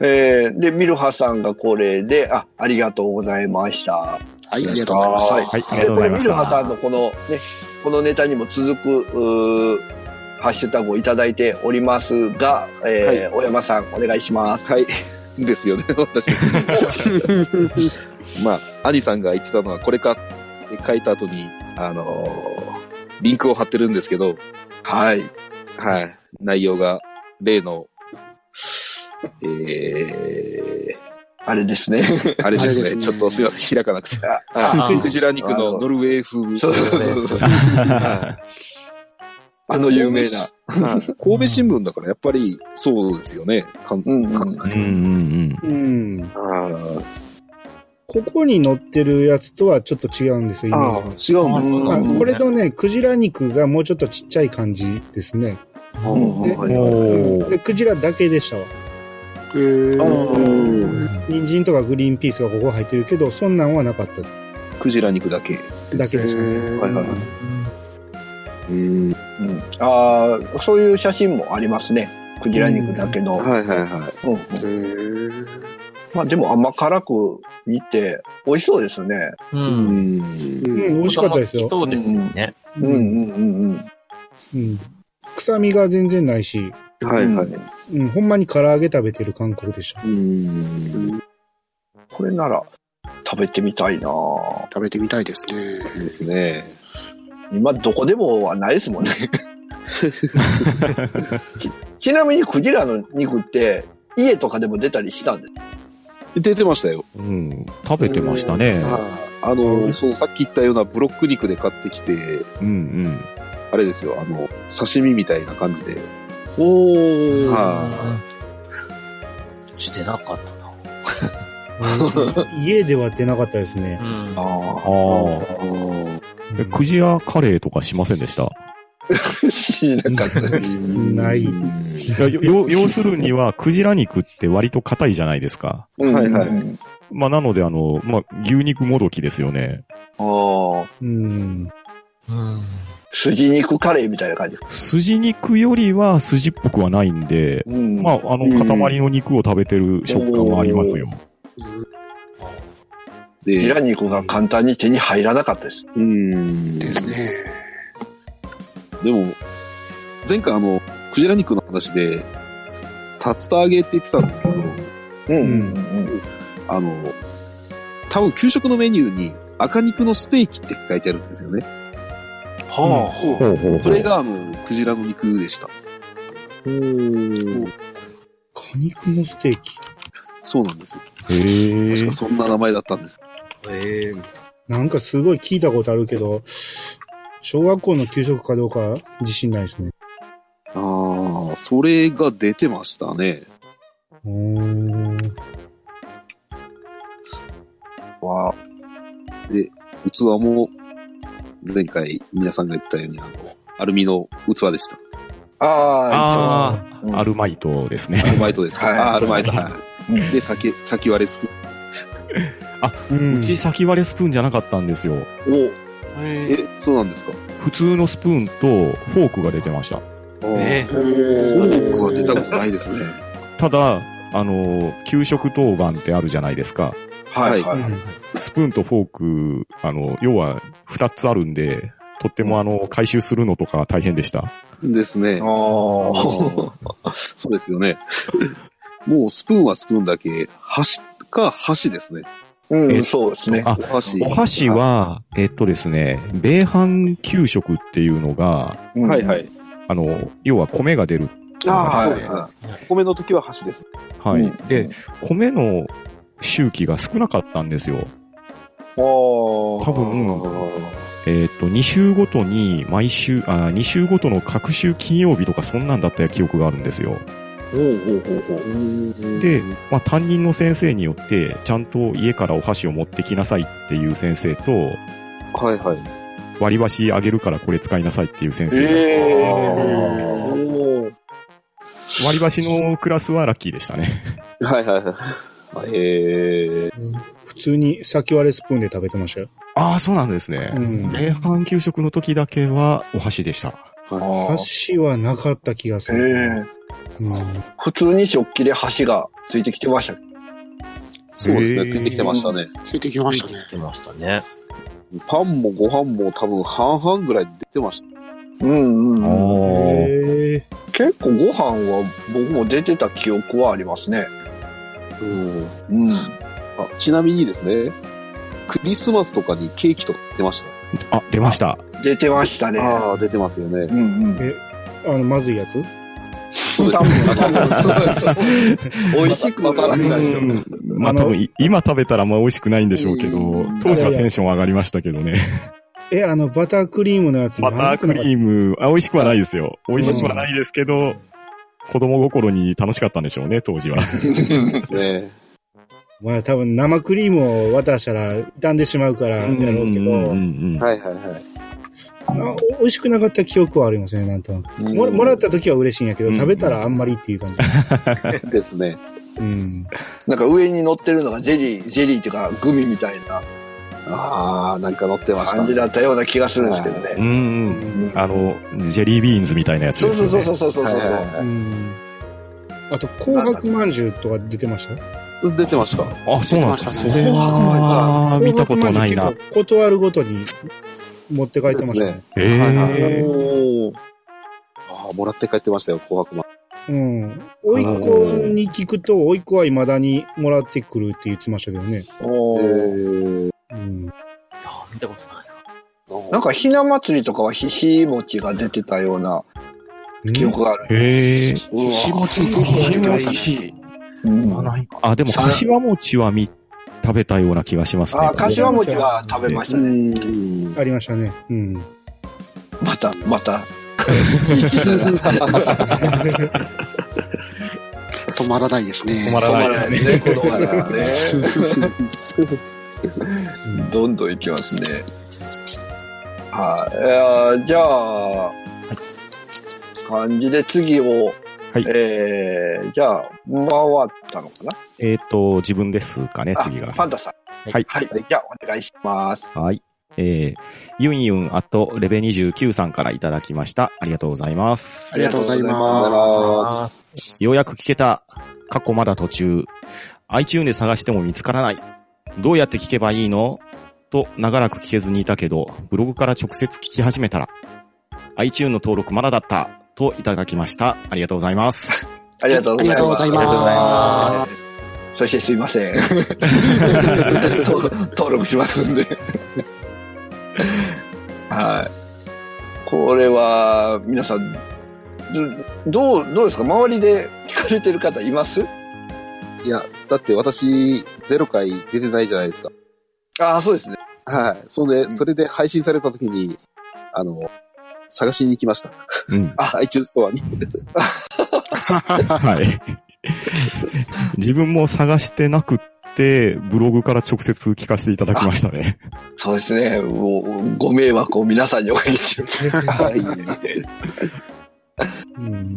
Speaker 3: えー、で、ミルハさんがこれで、あ、ありがとうございました。
Speaker 1: はい、ありがとうございました。
Speaker 3: はい
Speaker 4: はい、ありが
Speaker 3: で、
Speaker 4: とう
Speaker 3: こ
Speaker 4: ござ
Speaker 3: れ
Speaker 4: いま
Speaker 3: ミ
Speaker 4: し
Speaker 3: ルハさ
Speaker 4: た。
Speaker 3: んのこのね、このネタにも続く、うーハッシュタグをいただいておりますが、えー小山さんお願いします。
Speaker 6: はい。ですよね、私。まあ、兄さんが言ってたのは、これかって書いた後に、あのーリンクを貼ってるんですけど、
Speaker 3: はい。
Speaker 6: はい。内容が、例の、え
Speaker 3: あれですね。
Speaker 6: ー、あれ
Speaker 1: あ
Speaker 6: で
Speaker 1: れ
Speaker 6: す
Speaker 1: で
Speaker 6: ね。
Speaker 1: すね
Speaker 6: ちょっとすいません、開かなくて。
Speaker 3: ああ
Speaker 6: クジラ肉のノルウェー風。
Speaker 3: そうそうそうそう。
Speaker 6: は
Speaker 3: あの有名な。
Speaker 6: い神戸新聞だから、やっぱり、そうですよね。関
Speaker 3: うんうん
Speaker 6: 関 西
Speaker 4: うんうん
Speaker 5: うん。
Speaker 6: あ
Speaker 5: ここに載ってるやつとはちょっと違うんですよ、イメージ
Speaker 6: あ、違うんですか。
Speaker 5: まあ
Speaker 2: うん
Speaker 5: これとね、クジラ肉がもうちょっとちっちゃい感じですね。
Speaker 4: うん。おー
Speaker 5: で、クジラだけでしたわ。
Speaker 1: えー
Speaker 5: 人参とかグリーンピースがここ入ってるけど、そんなんはなかった
Speaker 6: クジラ肉だけ。
Speaker 5: だけ
Speaker 1: え
Speaker 5: でしたね。
Speaker 1: ー
Speaker 6: はいはいはい。うん。
Speaker 3: うんああ、そういう写真もありますね。クジラ肉だけの。
Speaker 6: はいはいはい。
Speaker 3: うんうん
Speaker 1: えー
Speaker 3: まあでも甘辛く煮て、美味しそうですね。
Speaker 2: う。
Speaker 6: うんん。
Speaker 1: う
Speaker 5: うん、
Speaker 1: ん
Speaker 5: 美味しかったですよ。
Speaker 2: そうですよね。
Speaker 3: うんうんうんうん。
Speaker 5: うん。臭みが全然ないし、
Speaker 6: はいはい。
Speaker 5: うん、ほんまに唐揚げ食べてる感覚で した。
Speaker 6: うん。
Speaker 3: これなら食べてみたいなぁ
Speaker 1: 食べてみたいですね。
Speaker 6: ですね。
Speaker 3: 今どこでもはないですもんね。ちちなみにクジラの肉って、家とかでも出たりしたんです。
Speaker 6: 出てましたよ。
Speaker 4: うん。食べてましたね。
Speaker 6: あの、そう、さっき言ったようなブロック肉で買ってきて、
Speaker 4: うん
Speaker 6: あれですよ、あの、刺身みたいな感じで。
Speaker 3: お
Speaker 6: ー
Speaker 2: うち出なかったな。
Speaker 5: 家では出なかったですね。
Speaker 2: うん。
Speaker 3: あ
Speaker 4: うん。ああ。えクジラカレーとかしませんでした
Speaker 3: あ。しなかった。
Speaker 5: ない
Speaker 4: いやよよ要するには、クジラ肉って割と硬いじゃないですか。
Speaker 3: うん
Speaker 6: はいはい
Speaker 3: うん
Speaker 4: まあ、なので、あの、まあ、牛肉もどきですよね。
Speaker 3: ああ。
Speaker 5: うん。
Speaker 2: うん。
Speaker 3: 筋肉カレーみたいな感じ。
Speaker 4: 筋肉よりは筋っぽくはないんで、
Speaker 3: うん
Speaker 4: まあ、あの、
Speaker 6: うん
Speaker 4: 塊の肉を食べてる食感はありますよ。
Speaker 3: クジ
Speaker 6: で、
Speaker 3: ラ肉が簡単に手に入らなかったです。
Speaker 6: うん。
Speaker 1: で
Speaker 6: です
Speaker 1: ね。
Speaker 6: も、前回あの、クジラ肉の話で、竜田揚げって言ってたんですけど、
Speaker 3: うん
Speaker 5: ん
Speaker 6: あの、多分給食のメニューに赤肉のステーキって書いてあるんですよね。
Speaker 3: はあ。
Speaker 4: うほう
Speaker 6: それがあの、クジラの肉でした。
Speaker 5: 果肉のステーキ。
Speaker 6: そうなんですよ。
Speaker 4: へー
Speaker 6: 確かそんな名前だったんです。
Speaker 2: ええ。
Speaker 5: なんかすごい聞いたことあるけど、小学校の給食かどうか自信ないですね。
Speaker 6: ああ、それが出てましたね。
Speaker 5: うーん。
Speaker 3: は
Speaker 6: 器も、前回皆さんが言ったように、あの、アルミの器でした。
Speaker 3: あ
Speaker 4: あ
Speaker 3: あ、うん
Speaker 4: あ、アルマイトです
Speaker 6: アル
Speaker 4: ね。
Speaker 6: マイトですか。
Speaker 3: はい
Speaker 6: あーアルマイト、はい。で、先、先割れスプーン。
Speaker 5: うん
Speaker 4: うち先割れスプーンじゃなかったんですよ。
Speaker 6: おえ、そうなんですか
Speaker 4: 普通のスプーンとフォークが出てました。
Speaker 2: え
Speaker 6: フォークは出たことないですね。
Speaker 4: ただ、あの、給食当番ってあるじゃないですか。
Speaker 6: はい。
Speaker 5: う
Speaker 6: はい。
Speaker 5: ん
Speaker 4: スプーンとフォーク、あの、要は二つあるんで、とってもあの、回収するのとか大変でした。
Speaker 6: ですね。
Speaker 3: あー
Speaker 6: そうですよね。もうスプーンはスプーンだけ、箸か箸ですね。
Speaker 3: う
Speaker 4: え
Speaker 3: ん、そうですね。
Speaker 4: あ
Speaker 6: お箸。
Speaker 4: お箸は、えっとですね、米飯給食っていうのが、
Speaker 3: うん
Speaker 6: はいはい。
Speaker 4: あの、要は米が出る。
Speaker 6: あ
Speaker 3: ー
Speaker 6: あ、
Speaker 3: は
Speaker 6: そう
Speaker 3: い
Speaker 6: ですね。お米の時は箸です。
Speaker 4: はい。
Speaker 3: うん
Speaker 4: で、米の周期が少なかったんですよ。
Speaker 3: 多
Speaker 4: 多分、えっと、2週ごとに、毎週、あ、2週ごとの各週金曜日とかそんなんだった記憶があるんですよ。で、まあ、担任の先生によって、ちゃんと家からお箸を持ってきなさいっていう先生と、
Speaker 6: はいはい。
Speaker 4: 割り箸あげるからこれ使いなさいっていう先生が、
Speaker 3: えー
Speaker 6: おー
Speaker 4: 割り箸のクラスはラッキーでしたね。
Speaker 6: はいはいはい。あへえ。
Speaker 5: 普通に先割れスプーンで食べてましたよ。
Speaker 4: ああ、そうなんですね。
Speaker 5: うん
Speaker 4: 米飯給食の時だけはお箸でした。
Speaker 3: あ
Speaker 5: 箸はなかった気がす
Speaker 3: ーへ
Speaker 5: る。
Speaker 3: ー
Speaker 5: うん
Speaker 3: 普通に食器で箸がついてきてました。
Speaker 6: そうです
Speaker 4: へ
Speaker 6: ね。
Speaker 4: ー
Speaker 6: ついてきてましたね。
Speaker 1: ついてきましたね。
Speaker 2: てましたね。
Speaker 6: パンもご飯も多分半々ぐらい出てました。
Speaker 3: うんうん。
Speaker 4: お。
Speaker 5: へ
Speaker 3: 結構ご飯は僕も出てた記憶はありますね。うん。
Speaker 6: あちなみにですね、クリスマスとかにケーキとか出まし
Speaker 4: あ、出ました。
Speaker 3: 出てましたね
Speaker 6: た。。ああ、出てますよね。
Speaker 3: うんうん。
Speaker 5: ーあの、まずいやつ
Speaker 6: そうです
Speaker 3: 多
Speaker 6: ね。
Speaker 3: 分 美味しく
Speaker 6: またまた
Speaker 3: な
Speaker 6: ないい
Speaker 3: よ
Speaker 6: よ。
Speaker 4: まあ
Speaker 5: あの
Speaker 4: 多分い今食べたらまあ美味しくないんでしょうけど
Speaker 6: うん、
Speaker 4: 当時はテンション上がりましたけどね。
Speaker 5: え、あの、バタークリームのやつ
Speaker 4: バタークリーム、あ、美味しくはないですよ。美味しくはないですけど、子供心に楽しかったんでしょうね、当時は。
Speaker 6: ですね。
Speaker 5: まあ多分生クリームを渡したら傷んでしまうからやろうけど、
Speaker 4: うんうんうん
Speaker 6: はいはいはい。
Speaker 5: まあお美味しくなかった記憶はありますね、なんとなく。ももらった時は嬉しいんやけど、
Speaker 4: うん
Speaker 5: 食べたらあんまりっていう感じ。
Speaker 6: ですね。
Speaker 5: うん。
Speaker 3: なんか上に乗ってるのがジェリー、ジェリーっていうかグミみたいな
Speaker 6: ああ、なんか乗ってました
Speaker 3: 感じ
Speaker 6: ね。
Speaker 3: だったような気がするんですけど
Speaker 4: う
Speaker 3: ね。
Speaker 4: んうん。あの、ジェリービーンズみたいなやつ
Speaker 3: そう
Speaker 4: です
Speaker 3: そ
Speaker 4: よ
Speaker 3: うそう
Speaker 4: ね。
Speaker 3: そうそうそうそう。
Speaker 6: はいはいは
Speaker 5: う
Speaker 6: い
Speaker 5: んあと、紅白まんじゅうとか出てました
Speaker 6: 出てました。
Speaker 4: あ、そうなんですか。そ
Speaker 1: 出てましたね
Speaker 4: れは見たことないな。。
Speaker 5: 断るごとに持って帰ってましたね。
Speaker 4: ええー。
Speaker 6: おーああ、もらって帰ってましたよ、紅白マン。
Speaker 5: うん。甥っ子に聞くと、甥っ子は未だにもらってくるって言ってましたけどね。
Speaker 3: おー
Speaker 5: うん。
Speaker 2: 見たことない。
Speaker 3: なんかひな祭りとかはひし餅が出てたような記憶がある。
Speaker 4: ええ
Speaker 3: うわ
Speaker 1: ひし餅ついてきてましたね。
Speaker 3: うん
Speaker 4: あ、でも、柏餅は見、食べたような気がしますね。
Speaker 3: あ、柏餅は食べましたね。
Speaker 5: ありましたね。 うん。
Speaker 3: また、また。
Speaker 1: 止まらないですね。
Speaker 4: 止まらないですね。
Speaker 3: ね、この花はね。 どんどんいきますね。はい。えーじゃあ、感じで次を、
Speaker 4: はい
Speaker 3: えーじゃあ、回ったのかな
Speaker 4: えっ、と、自分ですかね、次
Speaker 3: あ
Speaker 4: が。
Speaker 3: パンダさん。
Speaker 4: はい
Speaker 3: はい。じゃあ、お願いします。
Speaker 4: はい。えー、ユンユンあとレベ29さんからいただきました。ありがとうございます。
Speaker 1: ありがとうござい
Speaker 3: ありがとうござい
Speaker 1: ま
Speaker 2: あ
Speaker 4: ようやく聞けた。過去まだ途中。iTune で探しても見つからない。どうやって聞けばいいのと長らく聞けずにいたけど、ブログから直接聞き始めたら、iTune の登録まだだった。といただきました。ありがとうございます。
Speaker 3: ありがとうございます。。
Speaker 1: ありがとうございます
Speaker 2: りがとうございます
Speaker 3: そしてすいません。 登登録しますんで。 はい。これは、皆さん、どどう、どうですか周りで聞かれてる方います
Speaker 6: いや、だって私、ゼロ回出てないじゃないですか。
Speaker 3: ああ、そうですね。
Speaker 6: はい。そんで、それで配信された時に、あの、探しに行きました。
Speaker 4: うん。
Speaker 6: あ、iTunes ストアに。
Speaker 4: はい。 自分も探してなくって、ブログから直接聞かせていただきましたね。
Speaker 3: そうですね。もうご迷惑を皆さんにおかけしてる。
Speaker 5: うん。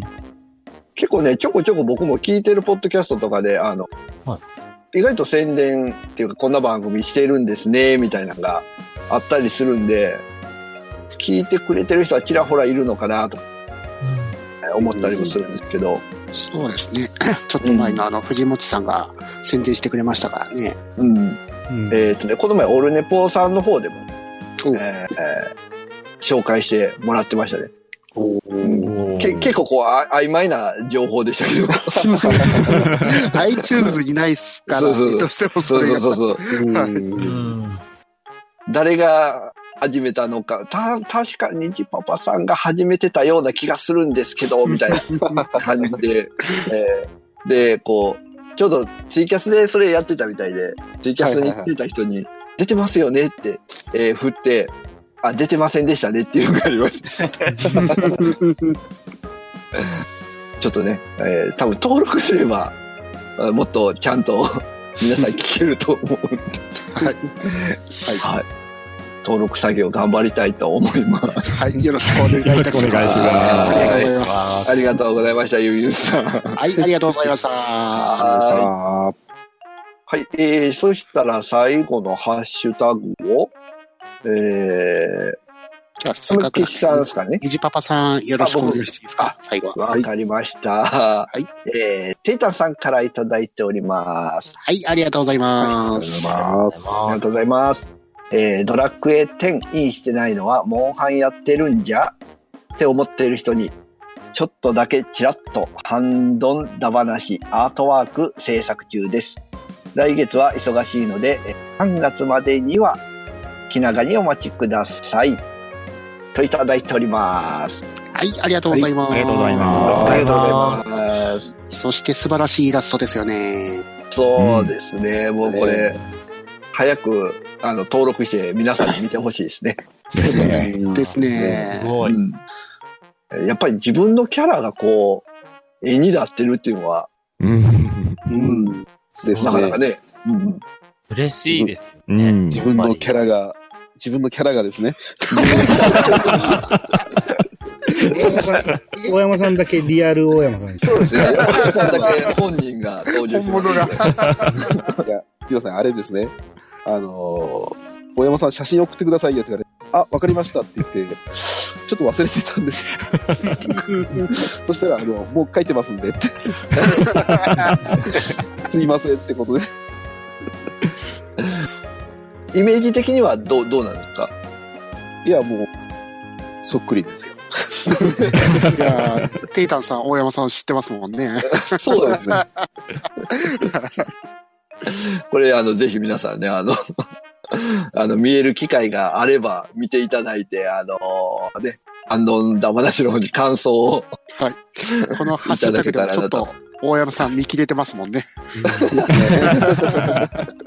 Speaker 3: 結構ね、ちょこちょこ僕も聞いてるポッドキャストとかで、あの、
Speaker 2: は
Speaker 3: 意外と宣伝っていうか、こんな番組してるんですね、みたいなのがあったりするんで、聞いてくれてる人はちらほらいるのかなと思ったりもするんですけど、
Speaker 1: す。そうですね。ちょっと前のあの、藤本さんが宣伝してくれましたからね。
Speaker 3: うん。
Speaker 5: うん
Speaker 3: えっ、とね、この前、オルネポーさんの方でも、
Speaker 1: お
Speaker 3: えーえー紹介してもらってましたね。うんけ結構こうあ曖昧な情報でしたけど
Speaker 1: iTunes にないっすから、
Speaker 3: そうそうそう
Speaker 1: どうしても
Speaker 3: そ
Speaker 1: そうれ
Speaker 3: そう
Speaker 1: が。
Speaker 3: そうそう
Speaker 2: ー うん
Speaker 3: 誰が始めたのか、た、確かにじパパさんが始めてたような気がするんですけど、みたいな感じで、 えーで、こう、ちょうどツイキャスでそれやってたみたいで、ツイキャスに来てた人に、出てますよねって、えー振って、あ、出てませんでしたねっていうのがありました。 ちょっとね、えー多分登録すれば、あもっとちゃんと皆さん聞けると思うんで。
Speaker 1: はい
Speaker 3: はい。登録作業頑張りたいと思います。
Speaker 1: はい、よろしくお願いいたします。
Speaker 4: よろしくお願いします
Speaker 1: ありがとうございます。
Speaker 3: ありがとうございました、ゆうゆうさん。
Speaker 1: はい、ありがとうございました。
Speaker 3: ははい、えー、そしたら最後のハッシュタグを、え
Speaker 1: じゃあ、せっ
Speaker 3: ー、
Speaker 1: かくな
Speaker 3: 木さん
Speaker 1: ん
Speaker 3: で
Speaker 1: です
Speaker 3: かね。
Speaker 1: にじパパさん、よろしくお願いしていいですか最後は。
Speaker 3: わかりました。はいえー、テータさんからいただいております。
Speaker 1: はい、ありがとうございます。
Speaker 3: ありがとうございます。えー、ドラクエ10インしてないのは、モンハンやってるんじゃって思っている人に、ちょっとだけチラッと、ハンドンダ話、アートワーク制作中です。来月は忙しいので、えー3月までには気長にお待ちください。といただいております。
Speaker 1: はい、ありがとうございます。
Speaker 4: ありがとうござい
Speaker 3: あ
Speaker 4: ま
Speaker 3: り
Speaker 4: す。
Speaker 3: がとうございます。
Speaker 1: そして素晴らしいイラストですよね。
Speaker 3: そうですね、もうこれ、早くあの登録して皆さんに見てほしい ですね。
Speaker 4: ですね。
Speaker 1: です
Speaker 2: す
Speaker 1: ね。
Speaker 2: ごい。
Speaker 3: うんやっぱり自分のキャラがこう、絵になってるっていうのは、
Speaker 4: うん。
Speaker 3: うん
Speaker 6: です
Speaker 3: なかなか
Speaker 6: ね。
Speaker 3: ね、うん
Speaker 2: 嬉しいですよ
Speaker 4: う
Speaker 2: ね
Speaker 4: ん。
Speaker 6: 自分のキャラが、自分のキャラがですね。
Speaker 5: 大山さん、 大山さんだけリアル大山さんです。
Speaker 3: そう ですね、やっぱりそんだけ本人が登場してますんで
Speaker 6: いや、ヒロさん、あれですね。あのー、大山さん、写真送ってくださいよって言われて、あ、わかりましたって言って、ちょっと忘れてたんです よ。そしたら、あの、もう書いてますんでって。すいませんってことで。
Speaker 3: イメージ的にはどうどうなんですか
Speaker 6: いや、もう、そっくりですよ。
Speaker 1: いやーテイタンさん、大山さん知ってますもんね。
Speaker 3: そうです。
Speaker 6: すね。
Speaker 3: これ、あの、ぜひ皆さんね、あの、あの、見える機会があれば見ていただいて、あのね、あの、ダマなしの方に感想を。
Speaker 1: このハッシュタグでもちょっと、大山さん見切れてますもんね。
Speaker 6: ですね。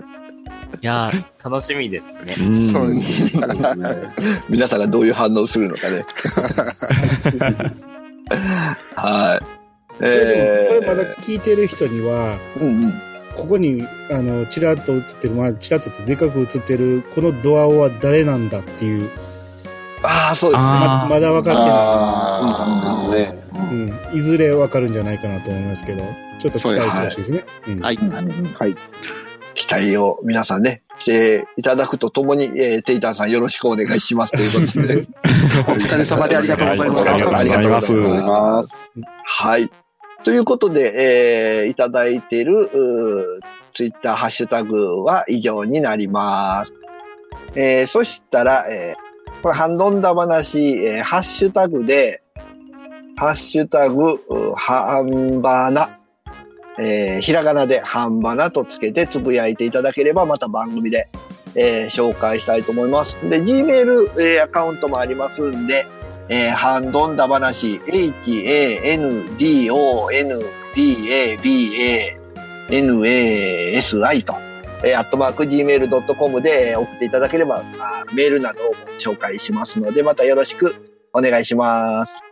Speaker 2: いやー、楽しみですね。
Speaker 4: ん
Speaker 1: そうですね。
Speaker 6: ですね。
Speaker 3: 皆さんがどういう反応するのかね。はい。え
Speaker 5: こ
Speaker 3: ー、
Speaker 5: れまだ聞いてる人には、
Speaker 3: うんうん。
Speaker 5: ここに、あの、ちらっと映ってる、まあ、ちらっとってでかく映ってる、このドアオは誰なんだっていう、
Speaker 3: ああ、そうですね。
Speaker 5: ま
Speaker 4: あー
Speaker 5: まだ分か
Speaker 1: あ
Speaker 5: っ
Speaker 1: ー
Speaker 5: てない。うんうん、いずれ分かるんじゃないかなと思いますけど、ちょっと期待してほしいですね。うん
Speaker 1: はい。
Speaker 6: はい。
Speaker 3: 期待を皆さんね、していただくとともに、えーテイタンさんよろしくお願いしますということで。
Speaker 1: お疲れ様でありがとうございま
Speaker 4: お疲れ様で
Speaker 1: し
Speaker 4: す
Speaker 1: た。
Speaker 3: ありがとうござい
Speaker 6: ありがとうござい
Speaker 3: ます。
Speaker 6: ます。
Speaker 3: はい。ということで、えーいただいている、うーツイッターハッシュタグは以上になります。えーそしたら、えーこれ、ハンドンダ話、えーハッシュタグで、ハッシュタグ、うハンバナ、えーひらがなでハンバナとつけてつぶやいていただければ、また番組で、えー紹介したいと思います。で、Gmail、えーアカウントもありますんで、えーハンドンダ話、handondabana, nasi と、えーアットマーク gmail.com でえー送っていただければ、あーメールなどを紹介しますので、またよろしくお願いします。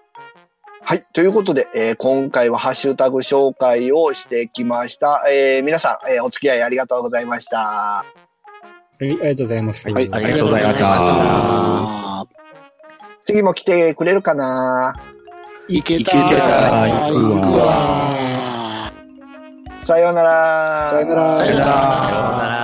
Speaker 3: はい。ということで、えー今回はハッシュタグ紹介をしてきました。えー皆さん、えーお付き合いありがとうございました。
Speaker 5: はいありがとうございます。
Speaker 6: はい
Speaker 4: ありがとうございました
Speaker 1: あ
Speaker 3: 次も来てくれるかな
Speaker 1: りがとうございましたいけた
Speaker 6: いけた
Speaker 1: ー
Speaker 4: うわー
Speaker 1: うわー
Speaker 3: さようなら。
Speaker 1: さようなら
Speaker 2: さようなら。